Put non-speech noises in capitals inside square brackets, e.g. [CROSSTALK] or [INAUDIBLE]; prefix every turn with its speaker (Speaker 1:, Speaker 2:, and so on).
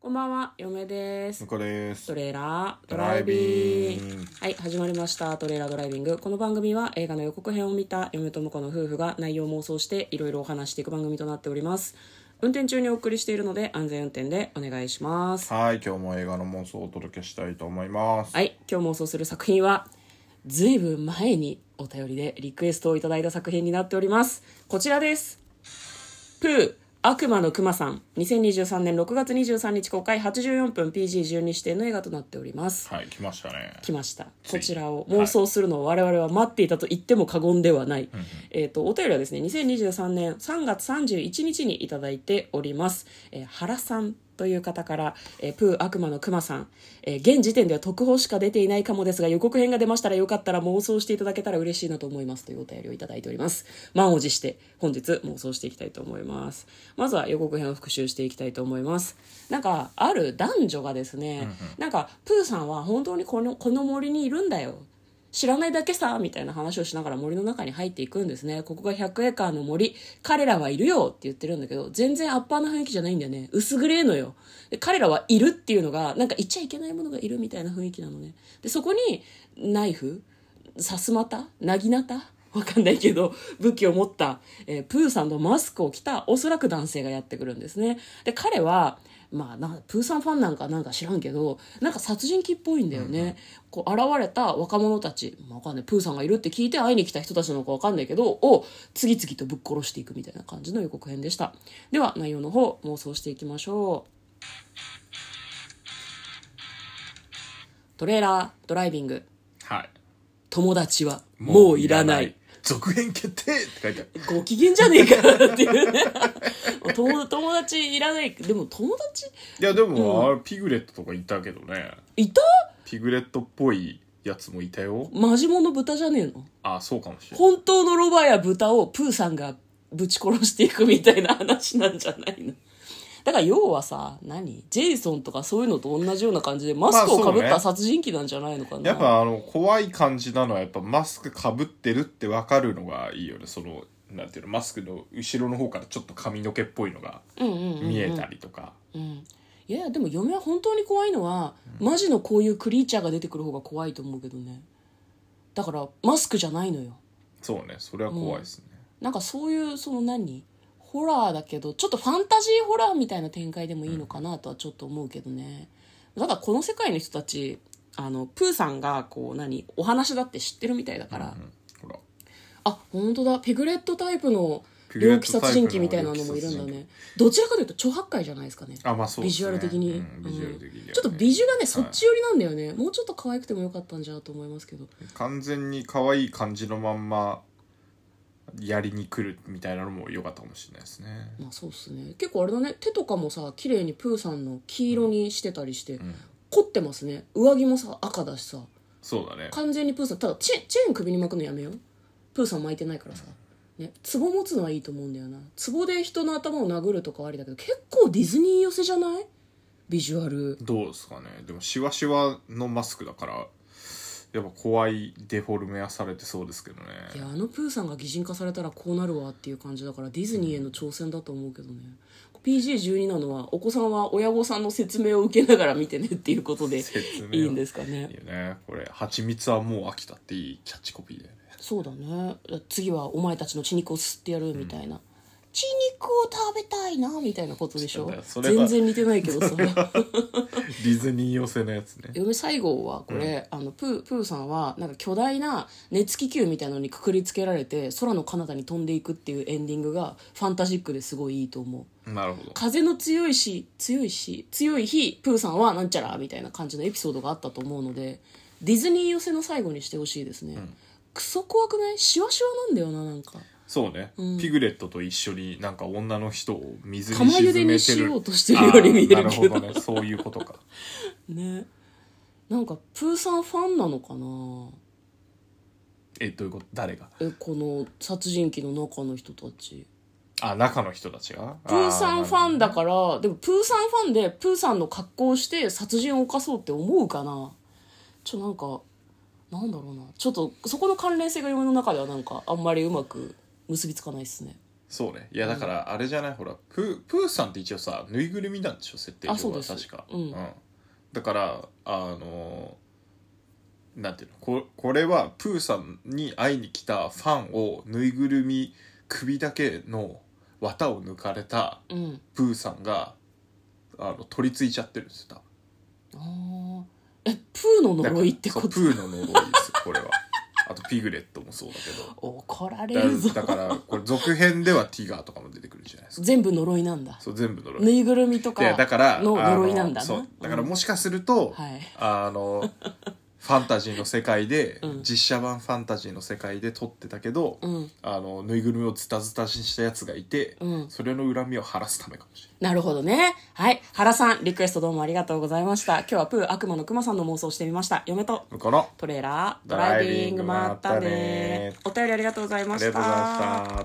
Speaker 1: こんばんは、嫁です
Speaker 2: 向。こうです
Speaker 1: トレーラード
Speaker 2: ド
Speaker 1: ラ
Speaker 2: ラ
Speaker 1: イ
Speaker 2: イ
Speaker 1: ビ
Speaker 2: ビ
Speaker 1: ン
Speaker 2: ン
Speaker 1: グ
Speaker 2: グ。
Speaker 1: はい、始まりました。トレーラードライビング。この番組は映画の予告編を見た嫁と婿の夫婦が内容を妄想していろいろお話していく番組となっております。運転中にお送りしているので安全運転でお願いします。
Speaker 2: はい今日も映画の妄想をお届けしたいと思います
Speaker 1: はい、今日妄想する作品は、ずいぶん前にお便りでリクエストをいただいた作品になっております。こちらです。プー、悪魔のクマさん。2023年6月23日公開84分 PG12 指定の映画となっております。
Speaker 2: はい来ましたね
Speaker 1: 来ました
Speaker 2: つい
Speaker 1: こちらを妄想するのを我々は待っていたと言っても過言ではない、えー、とお便りはですね2023年3月31日にいただいております、えー原さんという方から、えープー悪魔のクマさん、えー現時点では特報しか出ていないかもですが予告編が出ましたらよかったら妄想していただけたら嬉しいなと思いますというお便りをいただいております満を持して本日妄想していきたいと思いますまずは予告編を復習していきたいと思いますなんかある男女がですね、なんかプーさんは本当にこのこの森にいるんだよ知らないだけさみたいな話をしながら森の中に入っていくんですねここが100エーカーの森彼らはいるよって言ってるんだけど全然アッパーな雰囲気じゃないんだよね薄グレーのよで彼らはいるっていうのがなんか言っちゃいけないものがいるみたいな雰囲気なのねでそこにナイフさすまたなぎなたわかんないけど武器を持った、えープーさんのマスクを着たおそらく男性がやってくるんですねで彼はまあなプーさんファンなんかなんか知らんけどなんか殺人鬼っぽいんだよね、こう現れた若者たち、まあ、わかんないプーさんがいるって聞いて会いに来た人たちなのかわかんないけどを次々とぶっ殺していくみたいな感じの予告編でしたでは内容の方妄想していきましょうトレーラードライビング
Speaker 2: はい
Speaker 1: 友達はもういらない。
Speaker 2: 続編決定って書いてある
Speaker 1: ご機嫌じゃねえかっていうね。 [LAUGHS] 友友達いらない。でも友達
Speaker 2: いやでも、あれピグレットとかいたけどね
Speaker 1: いた
Speaker 2: ピグレットっぽいやつもいたよ
Speaker 1: マジモの豚じゃねえの
Speaker 2: あそうかもしれない
Speaker 1: 本当のロバや豚をプーさんがぶち殺していくみたいな話なんじゃないのだから要はさ、何ジェイソンとかそういうのと同じような感じでマスクをかぶっ
Speaker 2: ま
Speaker 1: た
Speaker 2: あそう
Speaker 1: 殺人鬼なんじゃないのかな、
Speaker 2: やっぱあの怖い感じなのはやっぱマスクかぶってるって分かるのがいいよねそのなんていうのマスクの後ろの方からちょっと髪の毛っぽいのが
Speaker 1: うんうんうんうん
Speaker 2: 見えたりとか、
Speaker 1: いやいやでも嫁は本当に怖いのは、マジのこういうクリーチャーが出てくる方が怖いと思うけどねだからマスクじゃないのよ
Speaker 2: そうねそれは怖いですね、
Speaker 1: なんかそういうその何ホラーだけどちょっとファンタジーホラーみたいな展開でもいいのかなとはちょっと思うけどね、ただこの世界の人たちあのプーさんがこう何お話だって知ってるみたいだから、
Speaker 2: うんほら
Speaker 1: あ本当だピグレットタイプの
Speaker 2: ピグレ
Speaker 1: 猟
Speaker 2: ッ
Speaker 1: 奇
Speaker 2: ト
Speaker 1: 殺
Speaker 2: タイプの
Speaker 1: 人鬼みたいなのもいるんだ
Speaker 2: 猟奇殺人
Speaker 1: ねどちらかというと超八戒じゃないですかね
Speaker 2: あまあそう
Speaker 1: ビ
Speaker 2: で
Speaker 1: ジ
Speaker 2: す
Speaker 1: ュア
Speaker 2: ね
Speaker 1: ル的に、
Speaker 2: うんビジュアル的にはね
Speaker 1: うんちょっとビジュがねそっ
Speaker 2: はい
Speaker 1: ち寄りなんだよね、もうちょっと可愛くてもよかったんじゃと思いますけど
Speaker 2: 完全に可愛い感じのまんまやりに来るみたいなのも良かったかもしれないですね
Speaker 1: まあそうっすね結構あれだね手とかもさ綺麗にプーさんの黄色にしてたりして、凝ってますね上着もさ赤だしさ
Speaker 2: そうだね
Speaker 1: 完全にプーさんただチェチェーン首に巻くのやめようプーさん巻いてないからさ、ね、壺持つのはいいと思うんだよな壺で人の頭を殴るとかはありだけど結構ディズニー寄せじゃないビジュアル
Speaker 2: どうですかねでもシワシワのマスクだからやっぱ怖いデフォルメはされてそうですけどね
Speaker 1: いやあのプーさんが擬人化されたらこうなるわっていう感じだからディズニーへの挑戦だと思うけどね PG12 なのはお子さんは親御さんの説明を受けながら見てねっていうことで
Speaker 2: 説明
Speaker 1: い
Speaker 2: を
Speaker 1: いんですかね
Speaker 2: いいよねこれ「蜂蜜はもう飽きた」っていいキャッチコピーだ
Speaker 1: [LAUGHS]
Speaker 2: よね
Speaker 1: そうだね次はお前たちの血肉を吸ってやるみたいな、血肉を食べたいなみたいなことでし
Speaker 2: そ
Speaker 1: ょ
Speaker 2: うだよそれ
Speaker 1: 全
Speaker 2: は
Speaker 1: 然似てないけどさ
Speaker 2: [LAUGHS] ディズニー寄せのやつね
Speaker 1: 嫁西郷はこれ、あのプープーさんはなんか巨大な熱気球みたいなのにくくりつけられて空の彼方に飛んでいくっていうエンディングがファンタジックですごいいいと思う
Speaker 2: なるほど
Speaker 1: 風の強いし強いし強い日プーさんはなんちゃらみたいな感じのエピソードがあったと思うのでディズニー寄せの最後にしてほしいですね、クソ怖くないシワシワなんだよななんか
Speaker 2: そうね、ピグレットと一緒になんか女の人を水に沈め
Speaker 1: 釜茹
Speaker 2: てる
Speaker 1: でにしようとしてるように見えるけど
Speaker 2: あーなるほどねそういうことか
Speaker 1: ねなんかプーさんファンなのかな
Speaker 2: えどういうこと誰が
Speaker 1: えこの殺人鬼の中の人たち
Speaker 2: あ中の人たちが
Speaker 1: プーさんファンだ
Speaker 2: あーなるほど
Speaker 1: からでもプーさんファンでプーさんの格好をして殺人を犯そうって思うかなちょなんかなんだろうなちょっとそこの関連性が嫁の中ではなんかあんまりうまく結びつかないっすね
Speaker 2: そうねいやだからあれじゃない、ほらプープーさんって一応さぬいぐるみなんでしょ設定
Speaker 1: あそ
Speaker 2: 上
Speaker 1: うで
Speaker 2: は
Speaker 1: す
Speaker 2: 確か、
Speaker 1: うん
Speaker 2: だからあのーなんていうのここれはプーさんに会いに来たファンをぬいぐるみ首だけの綿を抜かれた
Speaker 1: うん
Speaker 2: プーさんがあの取り付いちゃってるんですよ
Speaker 1: あーえプーの
Speaker 2: 多分だから
Speaker 1: 呪いってこ
Speaker 2: そ
Speaker 1: と
Speaker 2: うプーの呪いですよこれはあとピグレットもそうだけど
Speaker 1: 怒られ
Speaker 2: だ
Speaker 1: るぞ
Speaker 2: だからこれ続編ではティガーとかも出てくるじゃないです
Speaker 1: [LAUGHS]
Speaker 2: か
Speaker 1: 全部呪いなんだ
Speaker 2: そう全部呪
Speaker 1: ぬ
Speaker 2: い
Speaker 1: いぐるみとか
Speaker 2: でだから
Speaker 1: の
Speaker 2: あ
Speaker 1: 呪いなんだな
Speaker 2: そうだから
Speaker 1: うん
Speaker 2: もしかすると、
Speaker 1: はい [LAUGHS]
Speaker 2: あのファンタジーの世界で、
Speaker 1: うん
Speaker 2: 実写版ファンタジーの世界で撮ってたけど、
Speaker 1: うん
Speaker 2: あのぬいぐるみをズタズタにしたやつがいて、
Speaker 1: うん
Speaker 2: それの恨みを晴らすためかもしれない
Speaker 1: なるほどね。はい。原さん、リクエストどうもありがとうございました。今日はプー悪魔のクマさんの妄想をしてみました。嫁と
Speaker 2: この
Speaker 1: トレーラー、ド
Speaker 2: ド
Speaker 1: ラ
Speaker 2: ラ
Speaker 1: イ
Speaker 2: イ
Speaker 1: ビ
Speaker 2: ビ
Speaker 1: ン
Speaker 2: ン
Speaker 1: グ、
Speaker 2: グ
Speaker 1: またね
Speaker 2: またね
Speaker 1: お便りありがとうござい
Speaker 2: あ
Speaker 1: ま
Speaker 2: り
Speaker 1: した。
Speaker 2: がとうございました